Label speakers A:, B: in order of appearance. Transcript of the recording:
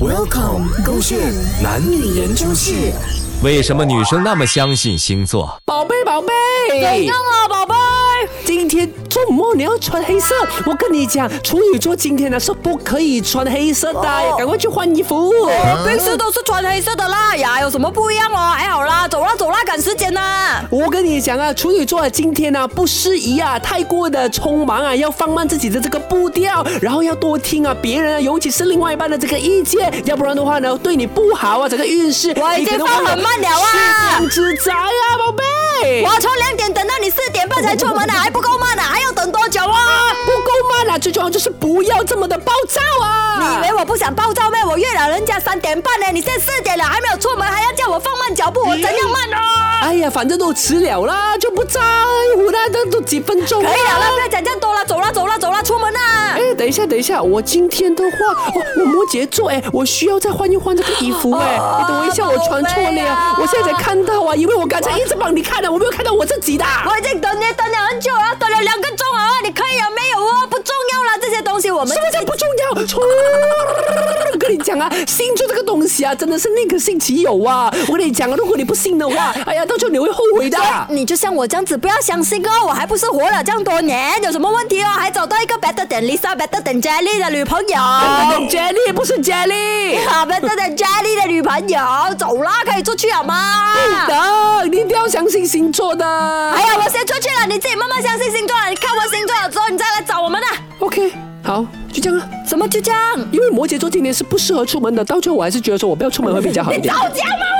A: Welcome，勾线男女研究室。
B: 为什么女生那么相信星座？
C: 宝贝，宝贝，
D: 怎样啊，宝贝？
C: 今天周末你要穿黑色。我跟你讲，处女座今天呢是不可以穿黑色的，
D: 哦
C: 赶快去换衣服。
D: 我平时都是穿黑色的啦，呀，有什么不一样哦？还好啦，走啦走啦，赶时间啦。
C: 我跟你讲啊，处女座今天呢、不适宜啊，太过的匆忙啊，要放慢自己的这个步调，然后要多听啊别人啊，尤其是另外一半的这个意见，要不然的话呢，对你不好啊，整个运势。
D: 我已
C: 你可
D: 经
C: 能
D: 放
C: 会有
D: 很慢了啊
C: 血光之灾啊，宝贝。
D: 我从两点等到你四点半才出门呢、还不够慢呢、还要等多久啊？
C: 不够慢啊，最重要就是不要这么的暴躁啊！
D: 你以为我不想暴躁咩？我约了人家三点半呢，你现在四点了还没有出门，还要叫我放慢脚步，我怎样慢啊？
C: 哎呀，反正都迟了啦，就不在乎啦，都都几分钟
D: 可
C: 啊
D: 以了啦，不要讲这样多了，走啦走啦走啦，出门啊啦。
C: 哎，等一下，等一下，我今天的话，哦，我摩羯座，哎，我需要再换一换这个衣服，哎，
D: 啊
C: 你等我一下，我穿错
D: 宝贝
C: 了
D: 啊，
C: 我现在才看到啊，因为我刚才一直帮你看的，我没有看到我自己的。
D: 我已经等你等了很久了，等了两个钟了啊，你可以有没有啊？不重要啦，这些东西我们
C: 什么叫不重要？错！我跟你讲啊，星座这个东西啊，真的是宁可信其有啊！我跟你讲啊，如果你不信的话，哎呀，到时候你会后悔的。
D: 你就像我这样子，不要相信哦，我还不是活了这样多年，有什么问题哦？还找到一个 better than Lisa、better than Jelly 的女朋友，
C: 哦
D: 啊
C: Jelly 不是 Jelly。
D: ，better than Jelly 的女朋友，走啦，可以出去好吗？
C: 等，你一定要相信星座的。
D: 哎呀，我先出去了，你自己慢慢相信星座了。你看完星座了之后，你再来找我们啦。
C: OK，好，就这样了。
D: 什么就这样？
C: 因为摩羯座今年是不适合出门的，到最后我还是觉得说我不要出门会比较好一
D: 你
C: 点。
D: 早讲嘛，